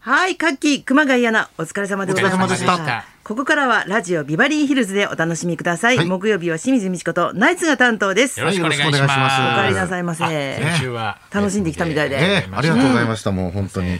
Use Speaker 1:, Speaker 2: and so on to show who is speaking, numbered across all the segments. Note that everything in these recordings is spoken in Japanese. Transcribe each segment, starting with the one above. Speaker 1: はい、カッキー、熊谷アナ、お疲れ様でございま
Speaker 2: お疲れ様でした
Speaker 1: ここからはラジオビバリーヒルズでお楽しみください。
Speaker 2: はい
Speaker 1: 木曜日は清水美智子とナイツが担当です。
Speaker 2: よろしくお願いします。
Speaker 3: はいよろしくお願いします
Speaker 1: お帰りなさいませ
Speaker 2: あ先週は
Speaker 1: 楽しんできたみたいで
Speaker 3: ええありがとうございました、もう本当に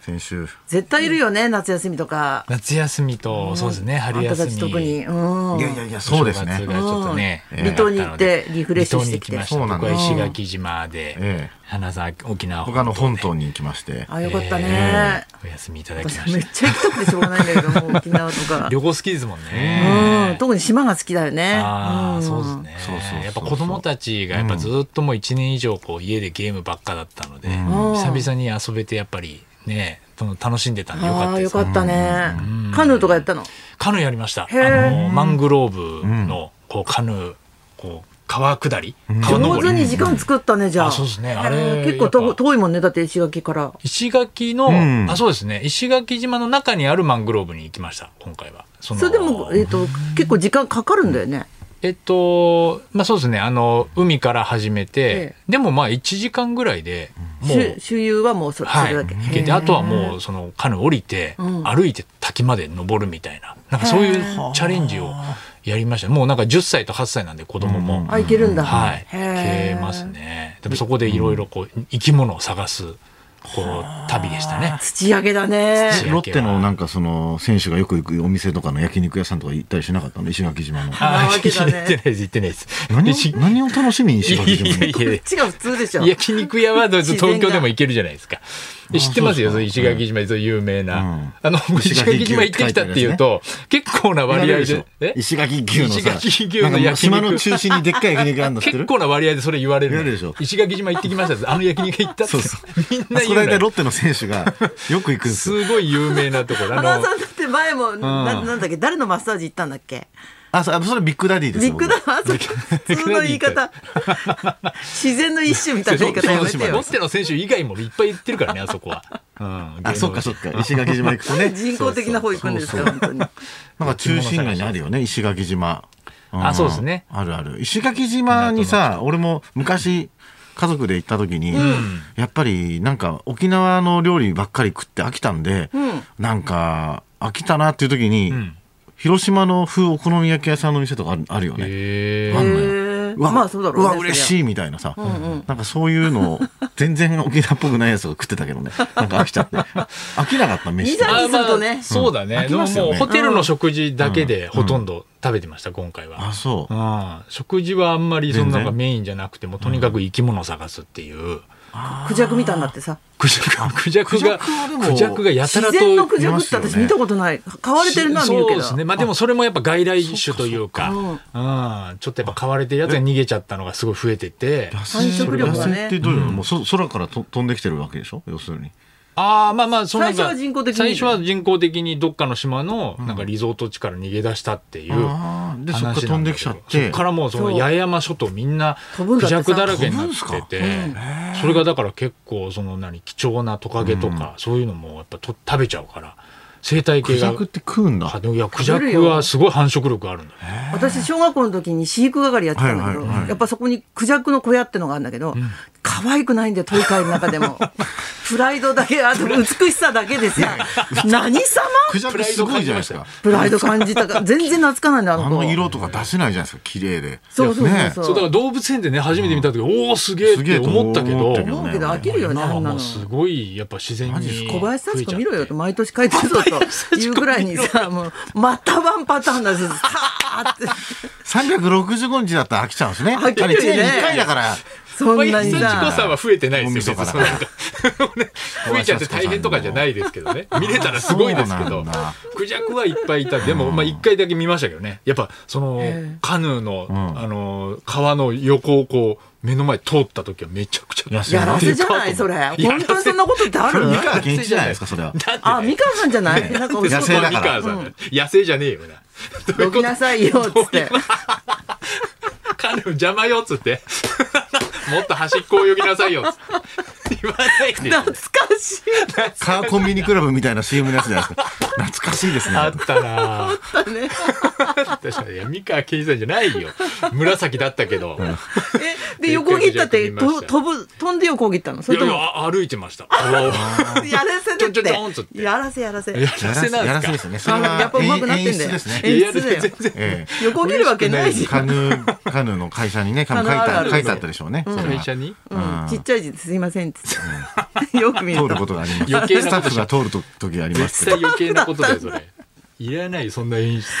Speaker 3: 先週
Speaker 1: 絶対いるよね、夏休みとか。
Speaker 2: 夏休みとそうですね
Speaker 1: あ
Speaker 2: 春
Speaker 1: んた
Speaker 2: 休
Speaker 1: た
Speaker 2: み
Speaker 1: ち特に。うん
Speaker 3: いやいやいやそうです
Speaker 2: お正月
Speaker 3: ね
Speaker 2: がちょっとね
Speaker 1: うん
Speaker 2: ええ
Speaker 1: 離島に行ってリフレッシュしてきて
Speaker 2: 離島に行きました僕は石垣島で、
Speaker 3: ええ
Speaker 2: 花沢沖縄
Speaker 3: 他の本島に行きまして
Speaker 1: あ、よかったね。
Speaker 2: お休みいただきま
Speaker 1: 私め
Speaker 2: し
Speaker 1: っちゃ行きたくてしょうがないんだけど、もう沖縄と
Speaker 2: た
Speaker 1: か。
Speaker 2: 旅行好きですもん
Speaker 1: う
Speaker 2: ね
Speaker 1: ん、特に島が好きだよね。
Speaker 2: ああ
Speaker 1: ん
Speaker 2: そうですね
Speaker 3: そうそうそう
Speaker 2: やっぱ子供たちがやっぱずっともう1年以上こう家でゲームばっかだったので、久々に遊べてやっぱりねその楽しんでたんでよか
Speaker 1: あ
Speaker 2: った
Speaker 1: あ、
Speaker 2: で
Speaker 1: よ
Speaker 2: すね
Speaker 1: かったね。カヌーとかやったの。
Speaker 2: カヌーやりました。あ
Speaker 1: へー
Speaker 2: のマングローブのこうカヌーこう川下り、
Speaker 1: 上
Speaker 2: 川
Speaker 1: 手
Speaker 2: 登
Speaker 1: に
Speaker 2: り。
Speaker 1: 時間作ったね、じゃあ。
Speaker 2: あそうですね
Speaker 1: へー
Speaker 2: あれ
Speaker 1: 結構
Speaker 2: や
Speaker 1: と
Speaker 2: っぱ
Speaker 1: 遠いもんね、だって石垣から。
Speaker 2: 石垣の、
Speaker 3: ん
Speaker 2: あそうですね石垣島の中にあるマングローブに行きました今回は。その
Speaker 1: それでも、えっと、結構時間かかるんだよね。
Speaker 2: えっとまあそうですねあの海から始めて、
Speaker 1: え
Speaker 2: でもまあ1時間ぐらいでもう。
Speaker 1: 周周遊はもうそそ
Speaker 2: はい、
Speaker 1: れだけ。
Speaker 2: 行けてあとはもうそのカヌー降りて、
Speaker 1: うん
Speaker 2: 歩いて滝まで登るみたいななんかそういうチャレンジをやりましたもうなんか10歳と8歳なんで子供も、
Speaker 1: あ、行けるんだ。
Speaker 2: はい、
Speaker 1: へー
Speaker 2: 消えます。ね。でもそこでいろいろこう生き物を探すこう旅でしたね。
Speaker 1: 土上げだね。
Speaker 2: 土
Speaker 3: ロッテのなんかその選手がよく行くお店とかの焼肉屋さんとか行ったりしなかったの石垣島 の
Speaker 1: あーわけだね
Speaker 2: 行ってないです行ってな
Speaker 3: 何を
Speaker 2: いです。石
Speaker 3: 何を楽しみに石垣島に
Speaker 2: いやいやいや
Speaker 1: 土が普通でしょ。
Speaker 2: 焼肉屋はどうぞ
Speaker 1: 自然が
Speaker 2: 東京でも行けるじゃないですか。で知ってますよ、
Speaker 3: そうです
Speaker 2: 石
Speaker 3: か
Speaker 2: 垣島、そう有名な。あの、
Speaker 3: 石
Speaker 2: 石
Speaker 3: 垣牛
Speaker 2: 垣島行ってきたっていうと、結構な割合で、え
Speaker 3: 石垣牛のさ
Speaker 2: 石垣牛の焼肉
Speaker 3: なんか島の中心にでっかい焼肉あるの知って
Speaker 2: 結
Speaker 3: る
Speaker 2: 構な割合でそれ言われる
Speaker 3: 言わ
Speaker 2: の。
Speaker 3: れるでしょ
Speaker 2: 石垣島行ってきましたですあの焼肉屋行ったって
Speaker 3: そうそう
Speaker 2: みん
Speaker 3: あ
Speaker 2: な
Speaker 3: そこ
Speaker 2: 言
Speaker 3: 大
Speaker 2: うの
Speaker 3: 体ロ
Speaker 2: よ
Speaker 3: ッテの選手がよく行くんですよ
Speaker 2: すごい有名なところ。あ
Speaker 1: 花
Speaker 2: の
Speaker 1: 田さんだって前も、ななんだっけ、誰のマッサージ行ったんだっけ。
Speaker 3: あそうあそれビッグダディです
Speaker 1: ビ
Speaker 3: よ
Speaker 1: ッグダマ ー普通の言い方。自然の一種みたいな言い方やめて
Speaker 2: ロ
Speaker 1: よ。
Speaker 2: ッテの選手以外もいっぱい行ってるからね、あそ こは。うん
Speaker 3: あそっかそっ か石垣島行くとね
Speaker 1: 人工的な方行くんですから、本当に。
Speaker 3: なんか中心街にあるよね、石垣島。
Speaker 2: あ
Speaker 3: ん
Speaker 2: そうですね
Speaker 3: あるある。石垣島にさ、俺も昔、家族で行った時に、やっぱりなんか沖縄の料理ばっかり食って飽きたんで、
Speaker 1: ん
Speaker 3: なんか飽きたなっていう時に、
Speaker 2: ん
Speaker 3: 広島の風お好み焼き屋さんの店とかあるあるよね。
Speaker 2: へ
Speaker 3: あんのよ
Speaker 1: へえまあそうだろうね
Speaker 3: わ嬉しいみたいなさ、なんかそういうのを全然沖縄っぽくないやつを食ってたけどねなんか飽きちゃって飽きなかった飯
Speaker 1: いざ
Speaker 2: あ
Speaker 1: するとね
Speaker 2: まあそうだね。
Speaker 3: うん
Speaker 2: でも
Speaker 3: 飽きますよ
Speaker 2: もう
Speaker 3: ね
Speaker 2: ホテルの食事だけでほとんど食べてました、今回
Speaker 3: あ
Speaker 2: は。
Speaker 3: そう、
Speaker 2: うん、食事はあんまりその
Speaker 3: 全
Speaker 2: な
Speaker 3: 然
Speaker 2: んかメインじゃなくてもとにかく生き物を探すっていう
Speaker 1: クジャクみたいになってさ。
Speaker 2: クジャククジャクが
Speaker 3: クジャクはでも
Speaker 2: クジャクがやた
Speaker 1: 自
Speaker 2: らと
Speaker 1: 然のクジャクって
Speaker 3: いま
Speaker 1: 私
Speaker 3: すよね
Speaker 1: 見たことない。買われてるのは見るけ
Speaker 2: そう
Speaker 1: ど。
Speaker 2: ですねまあでもそれもやっぱ外来種というか
Speaker 1: そう
Speaker 2: うん、ちょっとやっぱ買われてるやつが逃げちゃったのがすごい増えてて
Speaker 1: 繁殖力が
Speaker 3: 野生
Speaker 1: ね
Speaker 3: ってどういうの、もうそ空からと飛んできてるわけでしょ要するに。
Speaker 2: ああまあまあその
Speaker 1: 最初は人工的に
Speaker 2: 最初は人工的にどっかの島のなんかリゾート地から逃げ出したっていう、
Speaker 3: あーでそっから
Speaker 2: 話
Speaker 3: 飛
Speaker 2: なん
Speaker 3: ん
Speaker 2: だ
Speaker 3: で
Speaker 2: け
Speaker 3: き
Speaker 2: ど
Speaker 3: ちゃって
Speaker 2: そっからもうその八重山諸島みんな
Speaker 1: 飛ぶん
Speaker 2: ク
Speaker 1: だって
Speaker 2: ジ
Speaker 1: さ
Speaker 2: ャクだらけになってて、
Speaker 3: 飛
Speaker 2: それがだから結構その何貴重なトカゲとか、そういうのもやっぱと食べちゃうから生態
Speaker 3: ク
Speaker 2: 系
Speaker 3: ジ
Speaker 2: が
Speaker 3: ャクって食うんだ。
Speaker 2: あ
Speaker 3: は
Speaker 2: でもいやクジャクはすごい繁殖力があるんだよね
Speaker 1: 私小学校の時に飼育係やってたんだけど、
Speaker 3: はいはいはい
Speaker 1: やっぱそこにクジャクの小屋ってのがあるんだけど、可愛くないんだよ鳥飼いの中で もプライドだけあと美しさだけですよ何様
Speaker 3: クジャクすごいじゃないですか。
Speaker 1: プライド感じ たか全然懐かないんだよあ
Speaker 3: あ
Speaker 1: の子
Speaker 3: の色とか出せないじゃないですか綺麗で。
Speaker 1: そうそうそう
Speaker 3: ね
Speaker 1: そう
Speaker 2: そうだから動物園でね初めて見た時、おおすげえっ
Speaker 3: すげえ
Speaker 2: て
Speaker 3: と
Speaker 2: 思ったけ
Speaker 3: 思
Speaker 2: ど
Speaker 3: ったけど
Speaker 1: 思うけど飽きるよね
Speaker 2: 今
Speaker 1: あ
Speaker 2: は
Speaker 1: んなの
Speaker 2: もうすごいやっぱ自然に
Speaker 3: マジですか
Speaker 1: 小林幸子見ろ
Speaker 2: 増
Speaker 1: よ
Speaker 2: えちゃって
Speaker 1: と毎年書いてるぞというぐらいにさもうまたワンパターンだぞさー って
Speaker 3: 三百六十五日だったら飽きちゃうんですね。
Speaker 1: 飽きるね
Speaker 3: あれ一年に一回だから。
Speaker 1: そんな
Speaker 2: まあ、
Speaker 1: に
Speaker 2: 久々知子さん
Speaker 1: さ
Speaker 2: は増えてないですよ、
Speaker 3: 大
Speaker 2: 別に
Speaker 3: 晦
Speaker 2: そ
Speaker 3: 日だ
Speaker 2: のなんか。増えちゃって大変とかじゃないですけどね。見れたらすごいですけ
Speaker 3: そう
Speaker 2: ど
Speaker 3: なんだ。
Speaker 2: クジャクはいっぱいいた。でも、まあ、一回だけ見ましたけどね。やっぱ、その、カヌーの、
Speaker 3: ん
Speaker 2: あの、川の横をこう、目の前通った時はめちゃくちゃ。
Speaker 3: いやそ
Speaker 1: やらせじゃないそれ
Speaker 2: やらせ
Speaker 1: 本当にそんなことってある
Speaker 3: 三河健一じゃないですか それは。
Speaker 1: あ美川さんじゃないなんかお仕
Speaker 3: 野
Speaker 1: 事
Speaker 3: 生だか
Speaker 2: 三河
Speaker 3: ら
Speaker 2: さん、野生じゃねえよな。
Speaker 1: どきなさ いよっつって
Speaker 2: カヌー邪魔よっつって。もっと端っこを泳ぎなさいよっつって。言わないで
Speaker 1: 懐か しい。
Speaker 3: カーコンビニクラブみたいな CM のやつじゃないですか。懐かしいですね
Speaker 2: あっ。たな
Speaker 1: だ
Speaker 2: ぁ
Speaker 1: ね。
Speaker 2: 確かにいや三河健一さんじゃない よ紫だったけど、い
Speaker 1: え、で、横切ったって、
Speaker 2: びっくりし
Speaker 1: と
Speaker 2: ちゃって
Speaker 1: 飛ぶ、飛んで横切ったのそれ
Speaker 2: や
Speaker 1: と
Speaker 2: い
Speaker 1: も、
Speaker 2: やあ歩いてましたあ
Speaker 1: やらせて
Speaker 2: ちょ
Speaker 1: っ。
Speaker 2: ちょちょんっつってて
Speaker 1: やらせやらせ。
Speaker 2: のや
Speaker 1: あ
Speaker 3: や
Speaker 2: ら
Speaker 3: ら
Speaker 2: せ
Speaker 3: せ、
Speaker 2: なん
Speaker 3: や
Speaker 2: で
Speaker 3: らせ
Speaker 2: すか
Speaker 3: ですね。それは
Speaker 1: やっぱ上手くなってんだ
Speaker 3: 演
Speaker 1: よ
Speaker 3: 出です。ね。
Speaker 2: い
Speaker 1: 演
Speaker 2: や
Speaker 1: 出だよ。
Speaker 2: 全然
Speaker 3: ええ
Speaker 1: 横切るわけないじゃ
Speaker 3: カ
Speaker 1: ん。
Speaker 3: ヌー、カヌーの会社にね、多分書 い
Speaker 1: カヌーあるあ
Speaker 3: た、
Speaker 1: る
Speaker 3: 書いてあったでしょうね。それ
Speaker 2: 会
Speaker 3: は
Speaker 2: 社に
Speaker 1: うんちっちゃい字ですいませんっつって。よく見
Speaker 3: 通
Speaker 1: る
Speaker 3: る
Speaker 1: と。
Speaker 3: ことがあります。
Speaker 2: 余計
Speaker 3: スタ
Speaker 2: な
Speaker 3: ッ
Speaker 2: こと
Speaker 3: フ
Speaker 2: じ
Speaker 3: が
Speaker 2: ゃ
Speaker 3: 通ると時があります
Speaker 2: 絶
Speaker 3: け
Speaker 2: 対
Speaker 3: ど。
Speaker 2: 余計なこ とだよそれいらないそんな演出し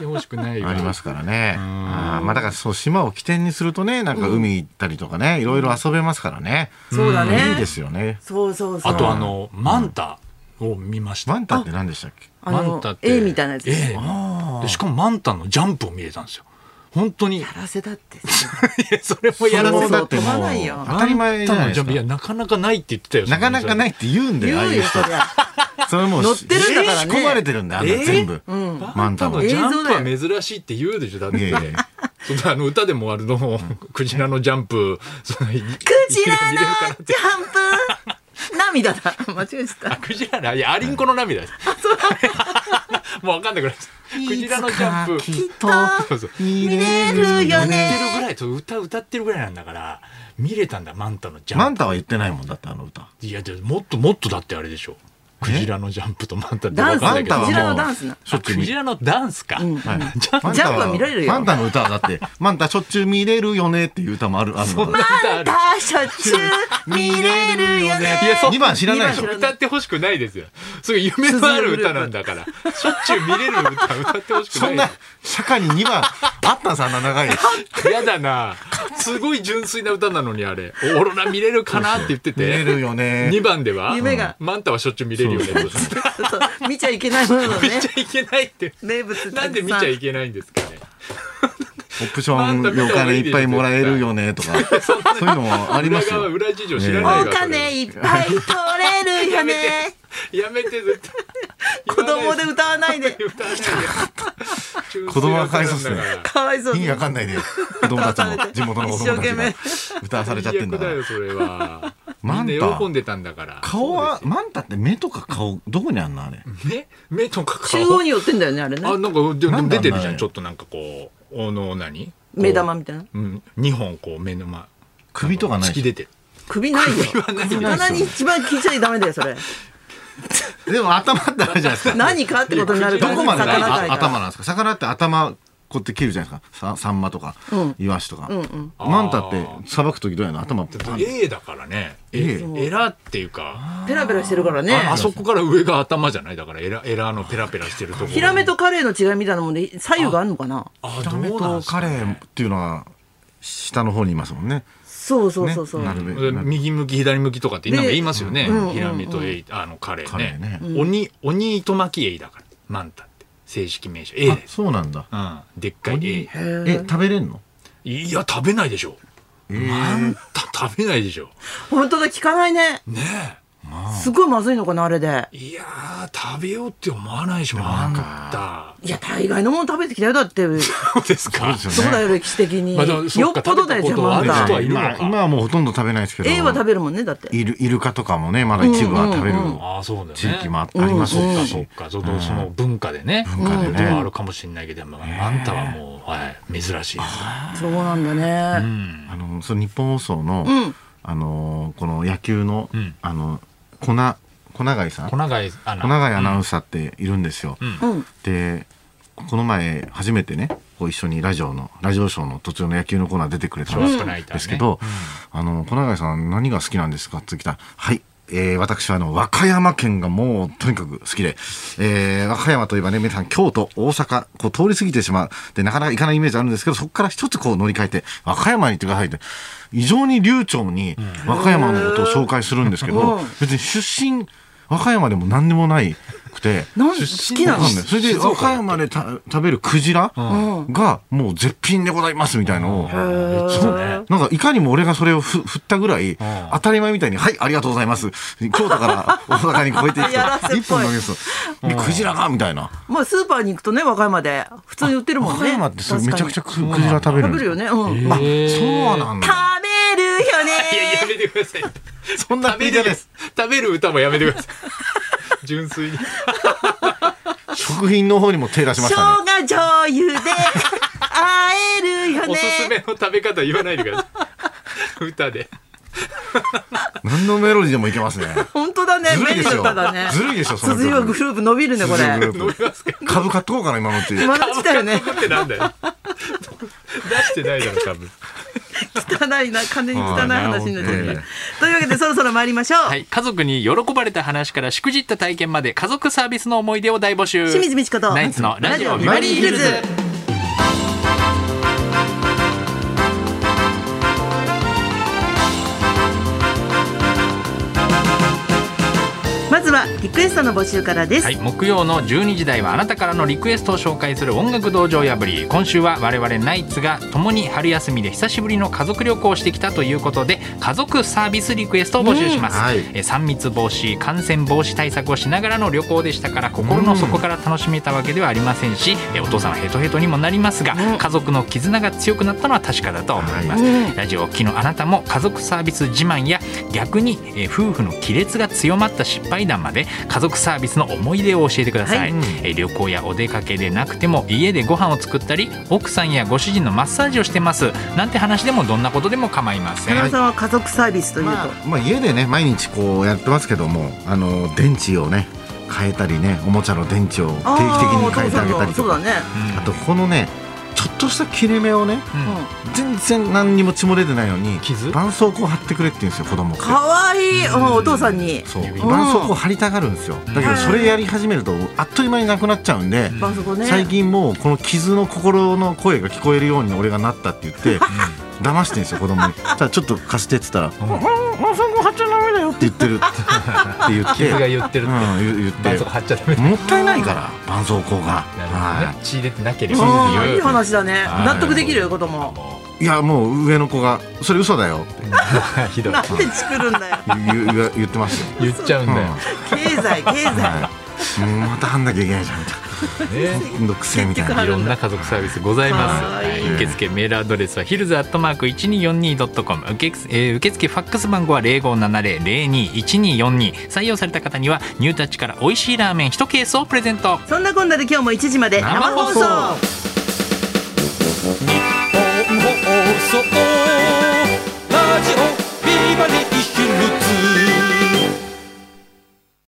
Speaker 2: てほしくないよ
Speaker 3: ありますからね。あーまあだからそう島を起点にするとね、なんか海行ったりとかね、いろいろ遊べますからね。
Speaker 1: そうだね
Speaker 3: んいいですよね。
Speaker 1: そうそうそう。
Speaker 2: あとあのマンタを見ました
Speaker 3: マンタって何でしたっけ？
Speaker 1: あの
Speaker 2: マンタって
Speaker 1: 絵みたいなやつ。
Speaker 2: ええ
Speaker 1: や
Speaker 2: でしかもマンタのジャンプを見れたんですよ本当にい
Speaker 1: らせだって。
Speaker 2: や それもやら
Speaker 1: そ
Speaker 2: せ
Speaker 1: う
Speaker 3: だ
Speaker 2: た
Speaker 3: っても
Speaker 1: 飛
Speaker 3: う
Speaker 1: ばないよ
Speaker 3: 当たり前じゃないです
Speaker 2: マンタのジャンプいや
Speaker 3: か。
Speaker 2: なかなかないって言ってたよ
Speaker 3: なかなかないいって言うんだ
Speaker 1: 言
Speaker 3: よ、ああ
Speaker 1: う
Speaker 3: いう
Speaker 1: よ、
Speaker 3: 人
Speaker 1: そ。りゃ。
Speaker 3: それもう
Speaker 1: 乗ってるんだからね
Speaker 3: 仕込まれてるんだよ、あんな全部。マ
Speaker 2: マ
Speaker 3: ン
Speaker 2: ン
Speaker 3: タ
Speaker 2: タ
Speaker 3: の
Speaker 2: の
Speaker 3: ジ
Speaker 2: ジ
Speaker 3: ャ
Speaker 2: ャ
Speaker 1: ン
Speaker 2: ン
Speaker 1: プ
Speaker 2: プ
Speaker 1: は
Speaker 2: は珍しいって言うでしょだって
Speaker 3: いやいや
Speaker 2: ちょっとあの歌でもあるのクジラのジャンプその
Speaker 1: ク
Speaker 2: ク
Speaker 1: ジラのジャンプ涙だ。間違えちゃっ
Speaker 2: クジラのいやアリンコの涙です もう分かんなくなっちゃったクジラのジャンプ
Speaker 3: きっと
Speaker 2: そうそう
Speaker 3: 見れ
Speaker 1: 見れるよね
Speaker 2: 歌ってるぐらいそう歌歌ってるぐらいなんだから見れたんだマンタのジャンプ
Speaker 3: マンタは言ってないもんだってあの歌。
Speaker 2: いやでももっともっとだってあれでしょクジラのジャンプとマンタって
Speaker 1: ダン
Speaker 2: 分
Speaker 1: ス
Speaker 2: か
Speaker 3: マ
Speaker 2: んない
Speaker 3: ン
Speaker 2: け
Speaker 3: タ
Speaker 2: ど
Speaker 3: は
Speaker 1: クジラのダン
Speaker 3: も
Speaker 1: スな
Speaker 3: うしょっちゅう
Speaker 2: ク
Speaker 3: 見
Speaker 2: ジラのダンスか、
Speaker 1: ん
Speaker 3: はい
Speaker 1: ンジャンプは見られるよ
Speaker 3: マンタの歌はだって、マンタしょっちゅう見れるよねっていう歌もある、あるの。
Speaker 2: マン
Speaker 1: た。あ、しょっちゅう見れるよね。
Speaker 2: いやそ
Speaker 3: 2番知らないでし
Speaker 1: 二番
Speaker 3: ょ
Speaker 1: 知らない
Speaker 2: 歌ってほしくないですよそういう夢のある歌なんだからしょっちゅう見れる歌歌ってほしく
Speaker 3: そ
Speaker 2: なんい
Speaker 3: な、社会に2番あったんさ、あんな長い。
Speaker 2: やだなすごい純粋な歌なのにあれオロナ見れるかなって言って
Speaker 3: 見れる
Speaker 2: て
Speaker 3: よね。
Speaker 2: 2番では
Speaker 1: 夢が
Speaker 2: マンタはしょっちゅう見れるよね」
Speaker 1: そう見ちゃいけないものの
Speaker 2: 見
Speaker 1: ね
Speaker 2: ち。ゃいけないって
Speaker 1: 名物
Speaker 2: なんで見ちゃい
Speaker 1: け
Speaker 2: けないんですかね
Speaker 3: オプションお金いっぱいもらえるよねとか、そういうのもありま
Speaker 2: 裏
Speaker 3: す
Speaker 2: 側
Speaker 3: よ。
Speaker 2: 裏事情知らない
Speaker 1: お
Speaker 2: わそれ
Speaker 1: 金いっぱい取れるよね。
Speaker 2: やめて絶対
Speaker 1: 子供で歌わないで。
Speaker 2: 歌わないで
Speaker 3: 子供はかわいそうっすね
Speaker 1: かわいそう
Speaker 3: 意味わかんないで、子供たちも、地元の
Speaker 1: 一
Speaker 3: 子供た
Speaker 1: 生
Speaker 3: ちが
Speaker 1: 懸
Speaker 3: 歌わされちゃってんだか
Speaker 2: 最悪だよ
Speaker 3: ら。
Speaker 2: それは
Speaker 3: マ
Speaker 2: み
Speaker 3: ンタ
Speaker 2: んな喜んでたんだから
Speaker 3: 顔は、マンタって目とか顔、どこにあんのあれ。
Speaker 2: 目目とか
Speaker 1: 中央
Speaker 2: 顔
Speaker 1: に寄ってんだよね、あれね。
Speaker 2: あなんかで
Speaker 3: なん
Speaker 2: も
Speaker 3: だ
Speaker 2: 出て
Speaker 3: あ
Speaker 2: るじ
Speaker 3: ん
Speaker 2: ゃ
Speaker 3: なん
Speaker 2: ちょっとなんかこうあの何こう
Speaker 1: 目玉みたいな。
Speaker 2: うん二本こう目の前
Speaker 3: 首とかない
Speaker 2: 突き出てる
Speaker 1: 首ないよ。
Speaker 2: ないよ
Speaker 1: 魚に一番聞いちゃダメだよ、それ。
Speaker 3: でも頭ってあるじゃないですか。
Speaker 1: 何かってことになる
Speaker 3: ど
Speaker 1: から
Speaker 3: こまで
Speaker 1: 魚界
Speaker 3: あ
Speaker 1: から
Speaker 3: 頭なんですか魚って頭こうやって切るじゃないですかさサンマとか、イワシとか、マンタってさばく時どうやの頭パン
Speaker 2: A だからね
Speaker 3: A
Speaker 2: えエラっていうか
Speaker 1: ペラペラしてるからね。
Speaker 2: ああそこから上が頭じゃないだからエラエラのペラペラしてるところ
Speaker 1: ヒラメとカレイの違いみたいなもんで左右があるのかな
Speaker 2: あ
Speaker 3: ヒラ
Speaker 2: ど
Speaker 3: メ
Speaker 2: うなん
Speaker 3: と
Speaker 2: ですか
Speaker 3: カ
Speaker 2: ね
Speaker 3: レーっていうのは下の方にいますもんね
Speaker 1: そうそうそうそう、
Speaker 3: ねなるべく
Speaker 2: 右向き左向きとかってなんか言いますよね
Speaker 1: うんうん
Speaker 2: ヒラメとエイあのカレーね
Speaker 3: カレ
Speaker 2: 鬼鬼糸巻きエイだからマンタって正式名称エイ
Speaker 3: あ
Speaker 2: です、
Speaker 3: そうなんだ
Speaker 2: うん、でっかいエイ
Speaker 3: え食べれんの
Speaker 2: いや食べないでしょマンタ食べないでしょ
Speaker 1: 本当だ聞かないね
Speaker 2: ね
Speaker 1: すごいまずいのかなあれで
Speaker 2: えいやー食べようって思わないでしょマンタ
Speaker 1: いや大概のもの食べてきたよだ ってそ
Speaker 2: そうですか
Speaker 3: そうです
Speaker 1: うだよ歴史的に、
Speaker 2: まあでもそ
Speaker 1: よ
Speaker 2: っ
Speaker 1: っ
Speaker 2: か
Speaker 1: ぽどだよじゃあま
Speaker 2: 食べたことある人
Speaker 1: だ
Speaker 2: はるのか
Speaker 3: 今今はもうほとんど食べないですけど
Speaker 1: A は食べるもんねだって
Speaker 3: イルイルカとかもねまだ一部は食べる
Speaker 2: ああそうだよね
Speaker 3: 地域もああります
Speaker 2: そっか
Speaker 3: し、
Speaker 2: そっかそのその文化でね
Speaker 3: 文化でね
Speaker 2: とはあるかもしれないけどまあマンタはもう、はい、珍しいです
Speaker 1: そうなんだね、
Speaker 2: うん
Speaker 3: あのその日本放送の、
Speaker 1: ん
Speaker 3: あのこの野球の、
Speaker 2: うん
Speaker 3: あの粉粉貝さん
Speaker 2: 小長いあ
Speaker 3: 小永井アナウンサーっているんですよ。
Speaker 2: ん
Speaker 1: うん
Speaker 3: でこの前初めてねこう一緒にラジオのラジオショーの途中の野球のコーナー出てくれたん
Speaker 2: 詳しくないとね
Speaker 3: ですけど「あの小永井さん何が好きなんですか?」って来たら「はい、えー私はあの和歌山県がもうとにかく好きで、えー和歌山といえばね皆さん京都大阪こう通り過ぎてしまうでなかなか行かないイメージあるんですけどそこから一つこう乗り換えて和歌山に行ってください」って異常に流暢に和歌山のことを紹介するんですけど、
Speaker 1: うん
Speaker 3: 別に出身和歌山でも何でもないくて。
Speaker 1: なん好きなの
Speaker 3: わかんないそれで和歌山でた食べるクジラがもう絶品でございますみたいのを、
Speaker 2: うん
Speaker 3: そ
Speaker 2: そううね
Speaker 3: なんかいかにも俺がそれをふ振ったぐらい当たり前みたいに「はいありがとうございます京都 から大阪に越えていく
Speaker 1: やらせっぽ
Speaker 3: と
Speaker 1: い
Speaker 3: 一本のニュースでクジラが」みたいな
Speaker 1: まあスーパーに行くとね和歌山で普通に売ってるもんね
Speaker 3: 和歌山ってそれめちゃくちゃ
Speaker 1: 確か
Speaker 3: ククジラ食べ
Speaker 1: に食べ
Speaker 3: るんで
Speaker 1: る
Speaker 3: す
Speaker 1: よねうん、
Speaker 3: そうなんだ
Speaker 1: 食べるよよね
Speaker 4: いややめてください
Speaker 3: そんな
Speaker 4: 食べ
Speaker 3: ピザ
Speaker 4: る
Speaker 3: です。
Speaker 4: 食べる歌もやめてください純粋に
Speaker 3: 食品の方にも手出しまし
Speaker 1: 生
Speaker 3: たね。
Speaker 1: 姜醤油で 会えるよね
Speaker 4: おすすめの食べ方言わないでください歌で
Speaker 3: 何のメロディーでもい けますね。
Speaker 1: 本当だね
Speaker 3: ずるい
Speaker 1: 便利
Speaker 3: でし
Speaker 1: だ
Speaker 3: ょ
Speaker 1: っただね
Speaker 3: ずるいでしょその
Speaker 1: 辻はグループ伸びるねこ
Speaker 3: 鈴木グ
Speaker 1: れ
Speaker 3: ループ株買っとこうかな、今のうち。
Speaker 1: 今のうちだよね
Speaker 4: 株価ってなんだよ出してないだろ多分
Speaker 1: 汚いな完全に汚い話になっちゃっ
Speaker 3: はいはい
Speaker 1: たというわけでそろそろ参りましょう、
Speaker 2: はい、家族に喜ばれた話からしくじった体験まで家族サービスの思い出を大募集
Speaker 1: 清水美智子と
Speaker 2: ナイツのラジオビ
Speaker 3: バ
Speaker 2: バ
Speaker 3: リ
Speaker 2: リ
Speaker 3: ー
Speaker 2: ー
Speaker 3: ヒ
Speaker 2: ヒ
Speaker 3: ル
Speaker 2: ル
Speaker 3: ズ
Speaker 2: ズ
Speaker 1: まずはリクエストの募集からです、
Speaker 2: はい、木曜の12時台はあなたからのリクエストを紹介する音楽道場破り今週は我々ナイツが共に春休みで久しぶりの家族旅行をしてきたということで家族サービスリクエストを募集します、
Speaker 3: うんはい
Speaker 2: えー3密防止感染防止対策をしながらの旅行でしたから心の底から楽しめたわけではありませんし、えーお父さんはヘトヘトにもなりますが、家族の絆が強くなったのは確かだと思います、ラジオをお聞きのあなたも家族サービス自慢や逆にえー夫婦の亀裂が強まった失敗談まで家族サービスの思い出を教えてください、
Speaker 1: は
Speaker 2: えー旅行やお出かけでなくても家でご飯を作ったり奥さんやご主人のマッサージをしてますなんて話でもどんなことでも構いませ
Speaker 1: 田
Speaker 2: ん、
Speaker 1: 中さんは家族サービスというと、
Speaker 3: まあ、まあ家でね毎日こうやってますけどもあの電池をね変えたりねおもちゃの電池を定期的に変えてあげた
Speaker 1: ーお父さんの
Speaker 3: り
Speaker 1: そう
Speaker 3: と
Speaker 1: だ
Speaker 3: か
Speaker 1: ね、
Speaker 2: うん
Speaker 3: あとこのねちょっとした切れ目をね
Speaker 2: うん
Speaker 1: うん
Speaker 3: 全然何にも血も出てないのに
Speaker 4: 傷
Speaker 3: 絆創膏貼ってくれって言うんですよ子供って
Speaker 1: かわいい、うんお父さんに
Speaker 3: そう
Speaker 4: うん
Speaker 3: 絆創膏貼りたがるんですよだけどそれやり始めるとあっという間になくなっちゃうんで、
Speaker 1: あそこね
Speaker 3: 最近もうこの傷の心の声が聞こえるように俺がなったって言って騙してんですよ子 供にただちょっと貸してって言ったら「うん絆創膏貼っちゃダメだよ」って言ってるって言って
Speaker 4: 傷が言ってるって
Speaker 3: うん、言って
Speaker 4: 絆創膏貼っちゃダメ
Speaker 3: もったいないから絆創膏が、
Speaker 4: なるほど
Speaker 3: は
Speaker 4: ね血出てなければ
Speaker 1: あ
Speaker 4: って
Speaker 1: ー
Speaker 4: いう
Speaker 1: いい話だね
Speaker 4: はい
Speaker 1: 納得できるよ子供
Speaker 4: も
Speaker 3: い、いやもう上の子が「それ嘘だよ」って
Speaker 4: う ひどい
Speaker 1: なんで作るんだよ
Speaker 3: 言う言う言ってま した
Speaker 4: 言っ
Speaker 3: よ、
Speaker 4: ちゃうんだよね
Speaker 1: 経済経済
Speaker 3: はい、もうまた貼んなきゃいけないじゃんみたいなめんどくせえみたい
Speaker 1: 結局貼
Speaker 3: ない
Speaker 2: ろんな家族サービスございます。
Speaker 1: は
Speaker 2: はいい、受付メールアドレスはヒルズアットマーク一二四二ドットコム。受付、えー受付ファックス番号は零五七零零二一二四二。採用された方にはニュータッチから美味しいラーメン一ケースをプレゼント。
Speaker 1: そんなこんなで今日も1時まで生
Speaker 2: 生
Speaker 1: 放
Speaker 2: 放
Speaker 1: 送
Speaker 2: 送
Speaker 4: 放送